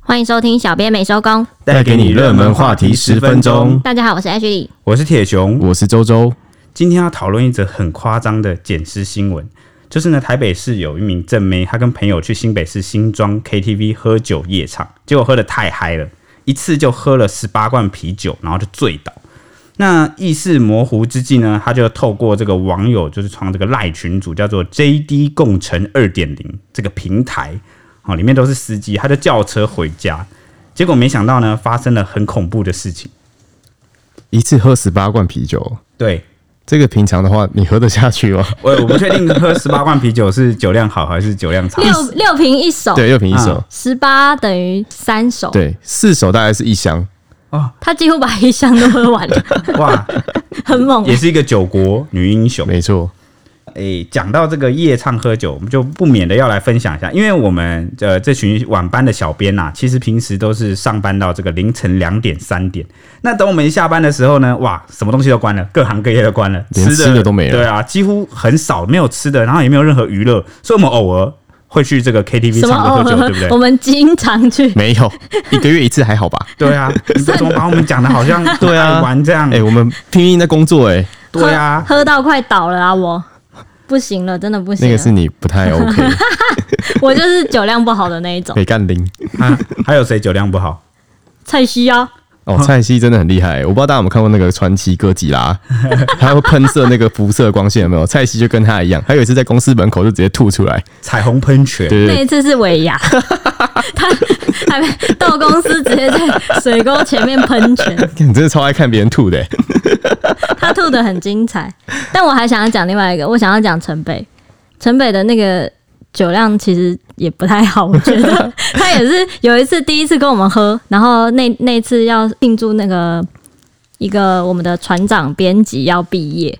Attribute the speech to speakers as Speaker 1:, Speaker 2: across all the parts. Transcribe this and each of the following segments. Speaker 1: 欢迎收听《小编没收工》。
Speaker 2: 带给你热门话题十分钟。
Speaker 1: 大家好，我是 H 李。
Speaker 2: 我是铁熊，
Speaker 3: 我是周周，
Speaker 2: 今天要讨论一则很夸张的捡尸新闻，就是呢，台北市有一名正妹，她跟朋友去新北市新庄 KTV 喝酒夜场，结果喝得太嗨了，一次就喝了十八罐啤酒，然后就醉倒。那意识模糊之际呢，他就透过这个网友，就是创这个赖群组，叫做 JD 共乘二点零这个平台，哦，里面都是司机，他就叫车回家，结果没想到呢，发生了很恐怖的事情。
Speaker 3: 一次喝十八罐啤酒，
Speaker 2: 对，
Speaker 3: 这个平常的话，你喝得下去吗？
Speaker 2: 我我不确定喝十八罐啤酒是酒量好还是酒量差。
Speaker 1: 六六瓶一手，
Speaker 3: 对，六瓶一手，
Speaker 2: 啊
Speaker 1: 十八等于三手，
Speaker 3: 对，四手大概是一箱，
Speaker 1: 他几乎把一箱都喝 完了，
Speaker 2: 哇，
Speaker 1: 很猛。
Speaker 2: 也是一个酒国女英雄。
Speaker 3: 没错，
Speaker 2: 诶，讲到这个夜唱喝酒，我们就不免的要来分享一下，因为我们呃这群晚班的小编呐、其实平时都是上班到这个凌晨两点三点。那等我们一下班的时候呢，哇，什么东西都关了，各行各业都关了，
Speaker 3: 连吃的都没了
Speaker 2: 对啊，几乎很少没有吃的，然后也没有任何娱乐，所以我们偶尔会去这个 KTV
Speaker 1: 什么
Speaker 2: 唱歌喝
Speaker 1: 偶
Speaker 2: 酒，
Speaker 1: 尔
Speaker 2: 对不对？
Speaker 1: 我们经常去，
Speaker 3: 没有一个月一次还好吧？
Speaker 2: 对啊，你怎么把我们讲的好像
Speaker 3: 对啊
Speaker 2: 爱玩这样？
Speaker 3: 哎、我们拼命在工作、哎，
Speaker 2: 对嗯啊，
Speaker 1: 喝喝到快倒了啊！我不行了，真的不行
Speaker 3: 那
Speaker 1: 了。
Speaker 3: 个是你不太 OK，
Speaker 1: 我就是酒量不好的那一种。
Speaker 3: 北干零
Speaker 2: 啊还有谁酒量不好？
Speaker 1: 蔡西啊，
Speaker 3: 哦，蔡西真的很厉害、我不知道大家有没有看过那个传奇哥 吉拉，他会喷射那个辐射光线，有没有？蔡西就跟他一样，他有一次在公司门口就直接吐出来，
Speaker 2: 彩虹喷泉，
Speaker 3: 对对
Speaker 1: 那
Speaker 3: 对，
Speaker 1: 一次是尾 牙，他还没到公司直接在水沟前面喷泉。
Speaker 3: 你真的超爱看别人吐的、哎
Speaker 1: 他吐的很精彩， 但我还想要讲另外一个，我想要讲城北，城北的那个酒量其实也不太好，我觉 得他也是有一次第一次跟我们喝，然后那那次要庆祝那个一个我们的船长编辑要毕业，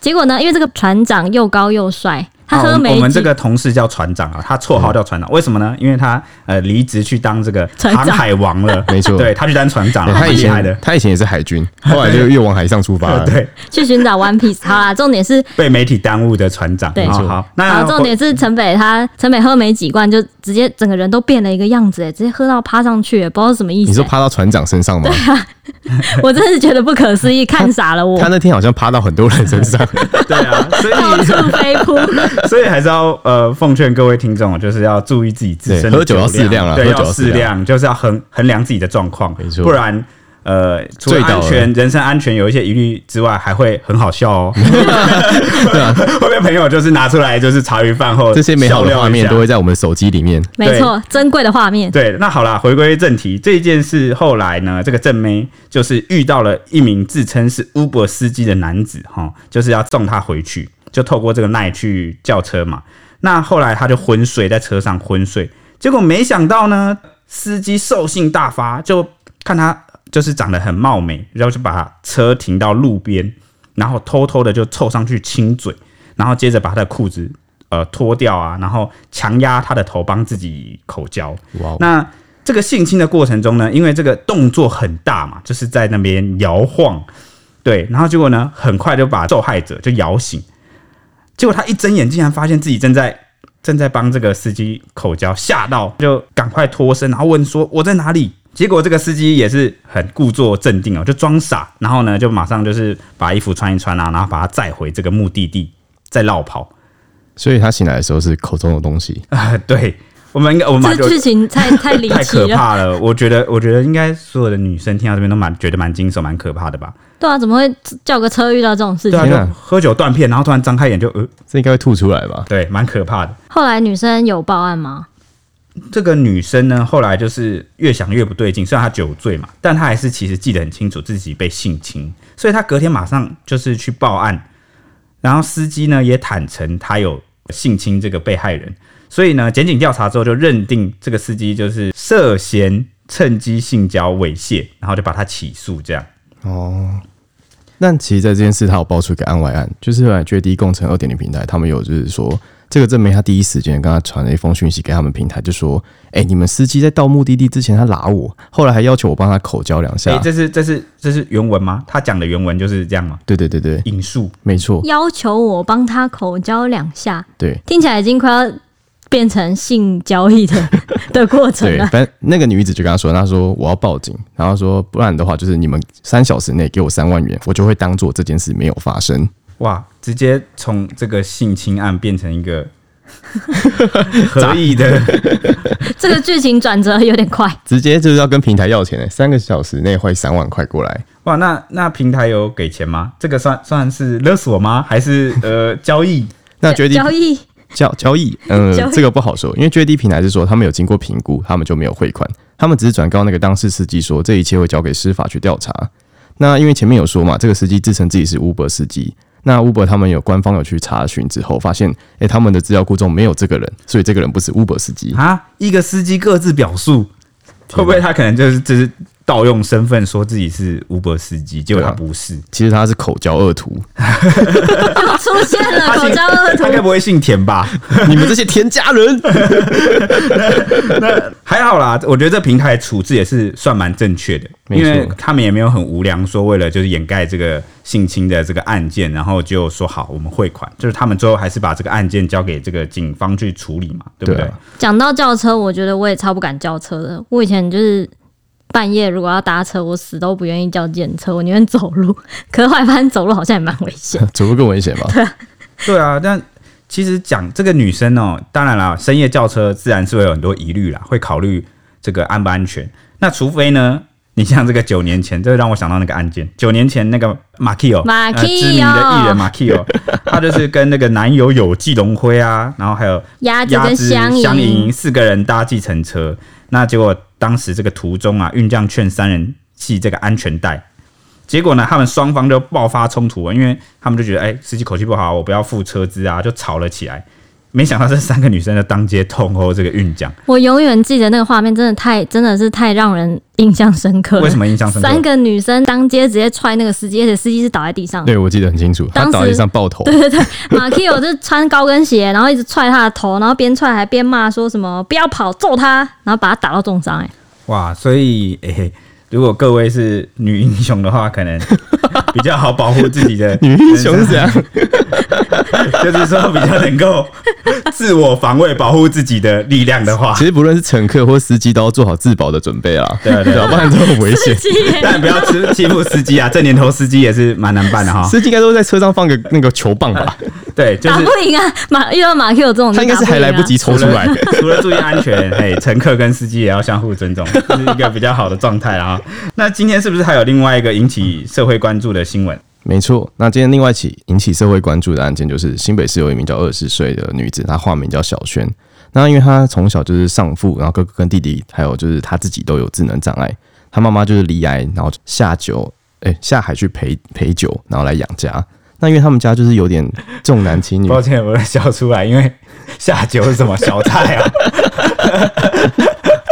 Speaker 1: 结果呢，因为这个船长又高又帅，他
Speaker 2: 啊我
Speaker 1: 喝
Speaker 2: 们
Speaker 1: 没几、
Speaker 2: 我们这个同事叫船长啊，他绰号叫船长，为什么呢？因为他呃离职去当这个
Speaker 1: 船
Speaker 2: 航
Speaker 1: 长
Speaker 2: 海王了，
Speaker 3: 没错
Speaker 2: 对他去当船长
Speaker 3: 对
Speaker 2: 了，
Speaker 3: 他
Speaker 2: 蛮
Speaker 3: 以
Speaker 2: 厉害
Speaker 3: 前
Speaker 2: 的，
Speaker 3: 他以前也是海军，后来就又往海上出发了，
Speaker 2: 对，
Speaker 1: 去寻找 One Piece。好啦，重点是
Speaker 2: 被媒体耽误的船长。
Speaker 1: 对
Speaker 2: 啊
Speaker 1: 没
Speaker 3: 错
Speaker 2: 好，
Speaker 1: 然
Speaker 2: 那
Speaker 1: 后重点是陈北他陈北喝没几罐就直接整个人都变了一个样子，哎，直接喝到趴上去，哎不知道是什么意思。
Speaker 3: 你说
Speaker 1: 哎
Speaker 3: 趴到船长身上吗？
Speaker 1: 我真是觉得不可思议，看傻了我
Speaker 3: 他，那天好像趴到很多人身上，
Speaker 2: 对啊， 所
Speaker 1: 到
Speaker 2: 以
Speaker 1: 处飞扑。
Speaker 2: 所以还是要呃奉劝各位听众，就是要注意自己自身的
Speaker 3: 对喝酒要适量
Speaker 2: 量，
Speaker 3: 啦
Speaker 2: 对，
Speaker 3: 喝酒
Speaker 2: 要
Speaker 3: 要适
Speaker 2: 适量，就是要衡衡量自己的状况，
Speaker 3: 没错
Speaker 2: 不然。呃，除了
Speaker 3: 醉倒
Speaker 2: 安
Speaker 3: 了
Speaker 2: 全、人身安全有一些疑虑之外，还会很好笑 哦。 会被朋友就是拿出来，就是茶余饭后
Speaker 3: 这些美好
Speaker 2: 笑
Speaker 3: 的
Speaker 2: 料一
Speaker 3: 画面
Speaker 2: 下
Speaker 3: 都会在我们手机里面。
Speaker 1: 没错，珍贵的画面。
Speaker 2: 对，那好啦，回归正题，这件事后来呢，这个正妹就是遇到了一名自称是 Uber 司机的男子，哈，就是要送他回去，就透过这个奈去叫车嘛。那后来他就昏睡在车上昏睡，结果没想到呢，司机兽性大发，就看他就是长得很貌美，然后就把车停到路边，然后偷偷的就凑上去亲嘴，然后接着把他的裤子呃脱掉啊，然后强压他的头帮自己口交。
Speaker 3: 哇哦，
Speaker 2: 那这个性侵的过程中呢，因为这个动作很大嘛，就是在那边摇晃，对，然后结果呢，很快就把受害者就摇醒，结果他一睁眼，竟然发现自己正在正在帮这个司机口交，吓到就赶快脱身，然后问说我在哪里？结果这个司机也是很故作镇定哦，就装傻，然后呢就马上就是把衣服穿一穿啊，然后把他载回这个目的地，再绕跑
Speaker 3: 所以他醒来的时候是口中有东西，
Speaker 2: 啊、对。我们应该，我们马
Speaker 1: 这
Speaker 2: 上
Speaker 1: 个
Speaker 2: 就
Speaker 1: 剧情太太离
Speaker 2: 太
Speaker 1: 奇
Speaker 2: 可
Speaker 1: 了，
Speaker 2: 怕了！我觉得，我觉得应该所有的女生听到这边都蛮觉得蛮惊悚、蛮可怕的吧？
Speaker 1: 对啊，怎么会叫个车遇到这种事
Speaker 2: 对
Speaker 1: 情？
Speaker 2: 啊，
Speaker 3: 天啊
Speaker 2: 就喝酒断片，然后突然张开眼就呃，
Speaker 3: 这应该会吐出来吧？
Speaker 2: 对，蛮可怕的。
Speaker 1: 后来女生有报案吗？
Speaker 2: 这个女生呢，后来就是越想越不对劲，虽然她酒醉嘛，但她还是其实记得很清楚自己被性侵，所以她隔天马上就是去报案，然后司机呢也坦诚他有性侵这个被害人，所以呢，检警调查之后就认定这个司机就是涉嫌趁机性交猥亵，然后就把他起诉这样。
Speaker 3: 哦，那其实，在这件事，他有爆出一个案外案，就是后来 JD 共乘二点零平台，他们有就是说，这个正妹她第一时间跟他传了一封讯息给他们平台，就说，哎、你们司机在到目的地之前，他拉我，后来还要求我帮他口交两
Speaker 2: 哎、
Speaker 3: 下。
Speaker 2: 这是这是这是原文吗？他讲的原文就是这样吗？
Speaker 3: 对对对对，
Speaker 2: 引述
Speaker 3: 没错，
Speaker 1: 要求我帮他口交两下，
Speaker 3: 对，
Speaker 1: 听起来已经快要变成性交易的 的过程
Speaker 3: 对，
Speaker 1: 了。
Speaker 3: 反正那个女子就跟他说，她说我要报警，然后说不然的话，就是你们三小时内给我三万元，我就会当做这件事没有发生。
Speaker 2: 哇，直接从这个性侵案变成一 个合意的，
Speaker 1: 这个剧情转折有点快，
Speaker 3: 直接就是要跟平台要钱、欸，三个小时内汇三万块过来。
Speaker 2: 哇，那那平台有给钱吗？这个算算是勒索吗？还是 呃交易？
Speaker 3: 那决定
Speaker 1: 交易
Speaker 3: 交交易，嗯、
Speaker 1: 交易
Speaker 3: 这个不好说，因为 JD 平台是说他们有经过评估，他们就没有汇款，他们只是转告那个当事司机说这一切会交给司法去调查。那因为前面有说嘛，这个司机自称自己是 Uber 司机，那 Uber 他们有官方有去查询之后，发现诶、他们的资料库中没有这个人，所以这个人不是 Uber 司机。
Speaker 2: 啊，一个司机各自表述，会不会他可能就是只是盗用身份说自己是 Uber 司机，结果他
Speaker 3: 对啊
Speaker 2: 不是？
Speaker 3: 其实他是口交恶 徒，
Speaker 1: 又出现了口交 恶徒
Speaker 2: 他，该不会姓田吧？
Speaker 3: 你们这些田家 人，
Speaker 2: 还好啦，我觉得这平台处置也是算蛮正确的，
Speaker 3: 没
Speaker 2: 因
Speaker 3: 错
Speaker 2: 为他们也没有很无良，说为了就是掩盖这个性侵的这个案件，然后就说好我们汇款，就是他们最后还是把这个案件交给这个警方去处理嘛，对不对？
Speaker 3: 对啊
Speaker 1: 讲到轿车，我觉得我也超不敢叫车的。我以前就是半夜如果要搭车，我死都不愿意叫电车，我宁愿走路。可是后来发现走路好像也蛮危险。
Speaker 3: 走路更危险吧？
Speaker 2: 对啊，但其实讲这个女生哦、当然啦，深夜叫车自然是会有很多疑虑啦，会考虑这个安不安全。那除非呢，你像这个九年前，这让我想到那个案件，九年前那个马 k i o
Speaker 1: 马 Kio
Speaker 2: 知名的艺人马 k i o 他就是跟那个男友有纪龙辉啊，然后还有
Speaker 1: 鸭子
Speaker 2: 鸭
Speaker 1: 跟
Speaker 2: 子、
Speaker 1: 香
Speaker 2: 香
Speaker 1: 银
Speaker 2: 银四个人搭计程车，那结果当时这个途中啊，运将劝三人系这个安全带，结果呢，他们双方就爆发冲突了，因为他们就觉得，哎、司机口气不好，我不要付车资啊，就吵了起来。没想到这三个女生就当街痛殴这个运将，
Speaker 1: 我永远记得那个画面，真的太真的是太让人印象深刻了。
Speaker 2: 为什么印象深刻？
Speaker 1: 三个女生当街直接踹那个司机，而且司机是倒在地上。
Speaker 3: 对，我记得很清楚，
Speaker 1: 当
Speaker 3: 他
Speaker 1: 时
Speaker 3: 倒在地上爆头，
Speaker 1: 对对对，马 k i o 就穿高跟鞋，然后一直踹他的头，然后边踹还边骂说什么“不要跑，揍他”，然后把他打到重伤、哎，
Speaker 2: 哇，所以诶、嘿如果各位是女英雄的话，可能比较好保护自己的
Speaker 3: 女英 雄是这样，
Speaker 2: 就是说比较能够自我防卫、保护自己的力量的话
Speaker 3: 其，实不论是乘客或司机，都要做好自保的准备啦。
Speaker 2: 对啊对啊
Speaker 3: 啊， 不然都很危险。
Speaker 1: 鸡 耶
Speaker 2: 但不要欺欺负司机啊！这年头司机也是蛮难办的哈。
Speaker 3: 司机应该都会在车上放个那个球棒吧？
Speaker 2: 对，就
Speaker 1: 打
Speaker 2: 是
Speaker 1: 不赢啊！马遇到马 Q 这种，
Speaker 3: 他应该是还来不及
Speaker 2: 除
Speaker 3: 抽出
Speaker 2: 了
Speaker 3: 来。
Speaker 2: 除了注意安全，嘿，乘客跟司机也要相互尊重，这是一个比较好的状态啦哈。那今天是不是还有另外一个引起社会关注的新闻？
Speaker 3: 没错，那今天另外一起引起社会关注的案件，就是新北市有一名叫二十岁的女子，她化名叫小萱。那因为她从小就是丧父，然后哥哥跟弟弟，还有就是她自己都有智能障碍。她妈妈就是离癌，然后下酒，哎、下海去陪陪酒，然后来养家。那因为他们家就是有点重 男轻 女，
Speaker 2: 抱歉，我笑出来，因为下酒是什么小菜啊？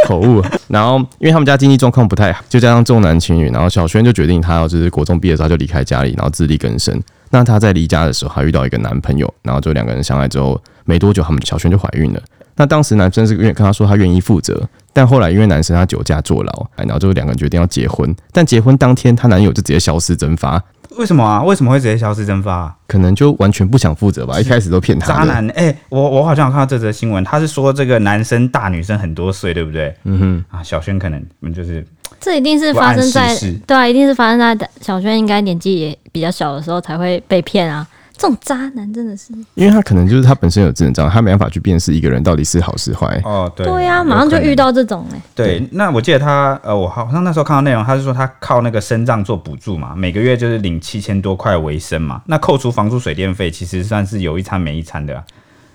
Speaker 3: 口误。然后因为他们家经济状况不太好，就加上重男轻女，然后小轩就决定他要就是国中毕业之后他就离开家里，然后自力更生。那她在离家的时候，还遇到一个男朋友，然后就两个人相爱之后没多久，他们小轩就怀孕了。那当时男生是愿跟她说他愿意负责，但后来因为男生他酒驾坐牢，哎然后就两个人决定要结婚。但结婚当天，她男友就直接消失蒸发，
Speaker 2: 为什么啊？为什么会直接消失蒸发啊、
Speaker 3: 可能就完全不想负责吧，一开始都骗她。
Speaker 2: 渣男，哎、我我好像有看到这则新闻，他是说这个男生大女生很多岁，对不对？嗯哼，啊，小轩可能嗯就是
Speaker 1: 这一定是发生
Speaker 2: 不
Speaker 1: 在
Speaker 2: 谙世事
Speaker 1: 对啊，一定是发生在小轩应该年纪也比较小的时候才会被骗啊。这种渣男真的是
Speaker 3: 因为他可能就是他本身有智能障碍，他没办法去辨识一个人到底是好是坏。
Speaker 2: 哦，对
Speaker 1: 对啊，
Speaker 2: 有
Speaker 1: 马上就
Speaker 2: 可能
Speaker 1: 遇到这种哎、
Speaker 2: 对，那我记得他呃，我好像那时候看到内容，他是说他靠那个身障做补助嘛，每个月就是领七千多块为生嘛，那扣除房租水电费，其实算是有一餐没一餐的、啊。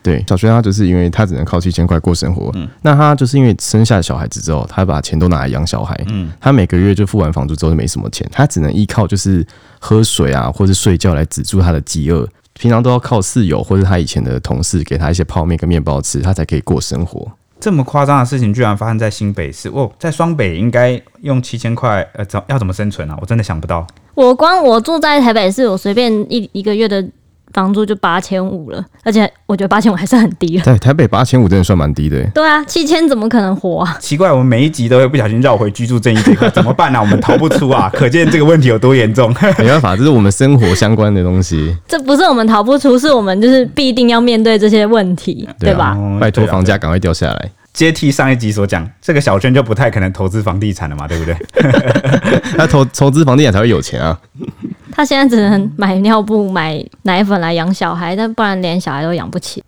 Speaker 3: 对，嗯小轩他就是因为他只能靠七千块过生活，那他就是因为生下小孩子之后，他把钱都拿来养小孩，他每个月就付完房租之后就没什么钱，他只能依靠就是喝水啊或是睡觉来止住他的饥饿，平常都要靠室友或是他以前的同事给他一些泡面跟面包吃，他才可以过生活。
Speaker 2: 这么夸张的事情居然发生在新北市，哦，在双北应该用七千块，呃，怎要怎么生存啊？我真的想不到。
Speaker 1: 我光我住在台北市，我随便一一个月的房租就八千五了，而且我觉得八千五还是很低了。
Speaker 3: 在台北八千五真的算蛮低的 耶，
Speaker 1: 对啊，七千怎么可能活啊？
Speaker 2: 奇怪，我们每一集都会不小心绕回居住正义这一块，怎么办呢、我们逃不出啊！可见这个问题有多严重。
Speaker 3: 没办法，这是我们生活相关的东西，
Speaker 1: 这不是我们逃不出，是我们就是必定要面对这些问题，对
Speaker 3: 啊
Speaker 1: 吧？
Speaker 2: 哦
Speaker 3: 拜托
Speaker 2: 对啊
Speaker 3: 房价赶快掉下来，
Speaker 2: 接替上一集所讲，这个小圈就不太可能投资房地产了嘛，对不对？
Speaker 3: 那投投资房地产才会有钱啊。
Speaker 1: 他现在只能买尿布、买奶粉来养小孩，但不然连小孩都养不起。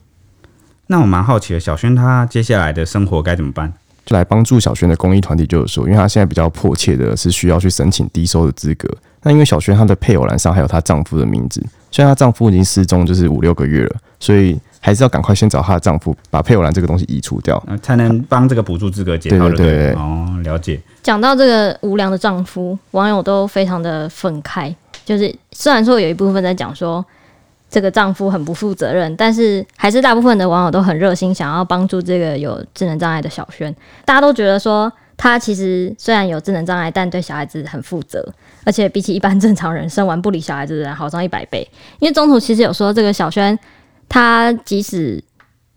Speaker 2: 那我蛮好奇的，小轩他接下来的生活该怎么办？
Speaker 3: 就来帮助小轩的公益团体就有说，因为他现在比较迫切的是需要去申请低收的资格。那因为小轩她的配偶栏上还有她丈夫的名字，虽然她丈夫已经失踪就是五六个月了，所以还是要赶快先找她的丈夫把配偶栏这个东西移除掉。
Speaker 2: 呃才能帮这个补助资格解套，
Speaker 3: 对
Speaker 2: 对
Speaker 3: 对
Speaker 2: 了
Speaker 3: 对
Speaker 2: 哦，了解。
Speaker 1: 讲到这个无良的丈夫，网友都非常的愤慨。就是虽然说有一部分在讲说这个丈夫很不负责任，但是还是大部分的网友都很热心，想要帮助这个有智能障碍的小轩。大家都觉得说他其实虽然有智能障碍，但对小孩子很负责，而且比起一般正常人生完不理小孩子的人好上一百倍。因为中途其实有说这个小轩他即使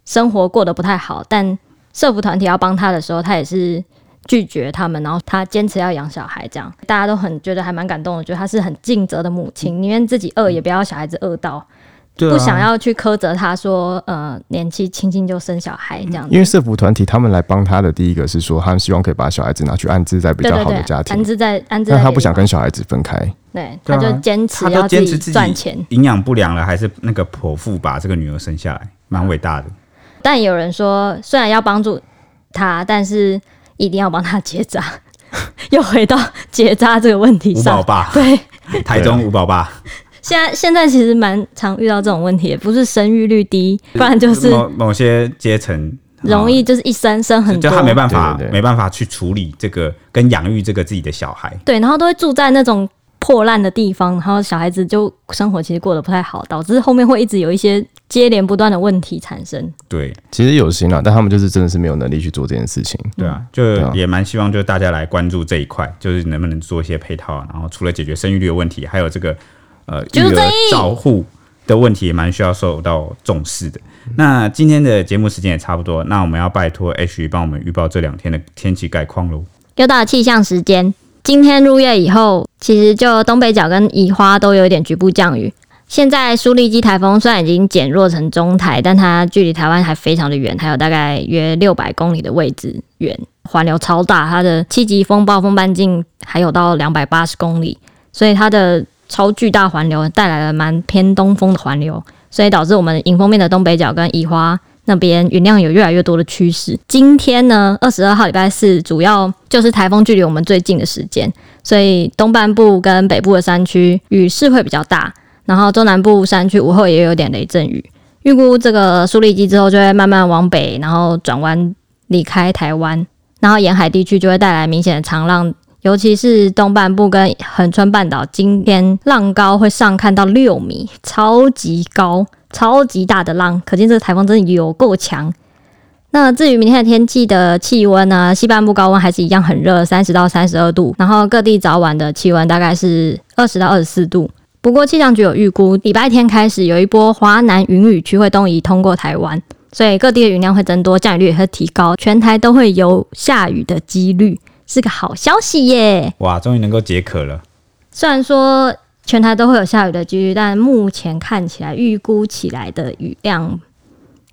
Speaker 1: 生活过得不太好，但社服团体要帮他的时候，他也是拒绝他们，然后她坚持要养小孩，这样大家都很觉得还蛮感动的，觉得她是很尽责的母亲，宁愿自己饿也不要小孩子饿到，
Speaker 2: 嗯对啊
Speaker 1: 不想要去苛责她说，呃，年纪轻轻就生小孩这样子
Speaker 3: 因。为社服团体他们来帮她的第一个是说，他们希望可以把小孩子拿去安置在比
Speaker 1: 对
Speaker 3: 较
Speaker 1: 对
Speaker 3: 好
Speaker 1: 对
Speaker 3: 的家，庭
Speaker 1: 安，置在安置在
Speaker 3: 但
Speaker 1: 这
Speaker 3: 她
Speaker 1: 个
Speaker 3: 不想
Speaker 1: 地方
Speaker 3: 跟小孩子分开。
Speaker 1: 对，她
Speaker 2: 对啊
Speaker 1: 就坚
Speaker 2: 他
Speaker 1: 持
Speaker 2: 都
Speaker 1: 要
Speaker 2: 坚
Speaker 1: 自
Speaker 2: 持自
Speaker 1: 己
Speaker 2: 己
Speaker 1: 赚钱。
Speaker 2: 营养不良了，还是那个剖腹把这个女儿生下来，蛮伟大的。
Speaker 1: 但也有人说，虽然要帮助她，但是一定要帮她结扎， 又回到结扎这个问题
Speaker 2: 五
Speaker 1: 上
Speaker 2: 宝。爸，
Speaker 1: 对，
Speaker 2: 台中五宝爸，
Speaker 1: 现在现在其实蛮常遇到这种问题，不是生育率低，不然就是
Speaker 2: 某某些阶层啊
Speaker 1: 容易就是一生生很
Speaker 2: 就
Speaker 1: 多，
Speaker 2: 他没办法
Speaker 3: 对对对
Speaker 2: 没办法去处理这个跟养育这个自己的小孩。
Speaker 1: 对，然后都会住在那种破烂的地方，然后小孩子就生活其实过得不太好，导致后面会一直有一些接连不断的问题产生。
Speaker 2: 对
Speaker 3: 其实有心了，但他们就是真的是没有能力去做这件事情。
Speaker 2: 对啊，就
Speaker 3: 对啊
Speaker 2: 也蛮希望就是大家来关注这一块，就是能不能做一些配套，啊然后除了解决生育率的问题，还有这个呃育
Speaker 1: 居住正
Speaker 2: 儿
Speaker 1: 义
Speaker 2: 照护的问题，也蛮需要受到重视的。那今天的节目时间也差不多，那我们要拜托 H 帮我们预报这两天的天气概况喽。
Speaker 1: 又到了气象时间，今天入夜以后，其实就东北角跟宜花都有一点局部降雨。现在苏力基台风虽然已经减弱成中台，但它距离台湾还非常的远，还有大概约六百公里的位置远，环流超大，它的七级风暴风半径还有到两百八十公里，所以它的超巨大环流带来了蛮偏东风的环流，所以导致我们迎风面的东北角跟宜花那边云量有越来越多的趋势。今天呢，二十二号礼拜四，主要就是台风距离我们最近的时间，所以东半部跟北部的山区雨势会比较大，然后中南部山区午后也有点雷阵雨。预估这个苏力基之后就会慢慢往北，然后转弯离开台湾，然后沿海地区就会带来明显的长浪，尤其是东半部跟恒春半岛，今天浪高会上看到六米，超级高。超级大的浪，可见这个台风真的有够强。那至于明天的天气的气温呢？西半部高温还是一样很热，三十到三十二度，然后各地早晚的气温大概是二十到二十四度。不过气象局有预估，礼拜天开始有一波华南云雨区会东移通过台湾，所以各地的云量会增多，降雨率也会提高，全台都会有下雨的几率，是个好消息耶！
Speaker 2: 哇，终于能够解渴了。
Speaker 1: 虽然说全台都会有下雨的几率，但目前看起来预估起来的雨量，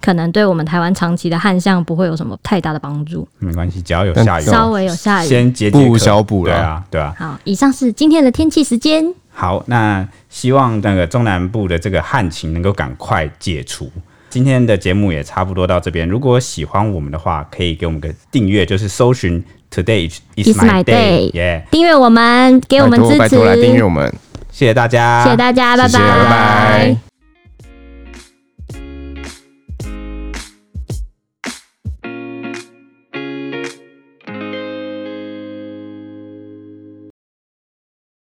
Speaker 1: 可能对我们台湾长期的旱象不会有什么太大的帮助。
Speaker 2: 没关系，只要有
Speaker 3: 但
Speaker 2: 下雨，
Speaker 1: 稍微有下雨。
Speaker 2: 先解解
Speaker 3: 不
Speaker 2: 渴
Speaker 3: 消补
Speaker 2: 对
Speaker 3: 啦
Speaker 2: 啊，对啊。
Speaker 1: 好，以上是今天的天气时间。
Speaker 2: 好，那希望那个中南部的这个旱情能够赶快解除。今天的节目也差不多到这边，如果喜欢我们的话，可以给我们个订阅，就是搜寻 Today is
Speaker 1: Is my
Speaker 2: my day，
Speaker 1: day
Speaker 2: 耶
Speaker 1: 订阅我们，给我们支持，
Speaker 3: 拜托拜托来订阅我们，
Speaker 2: 啊谢谢大家，
Speaker 1: 谢谢大家，
Speaker 3: 谢谢，拜拜。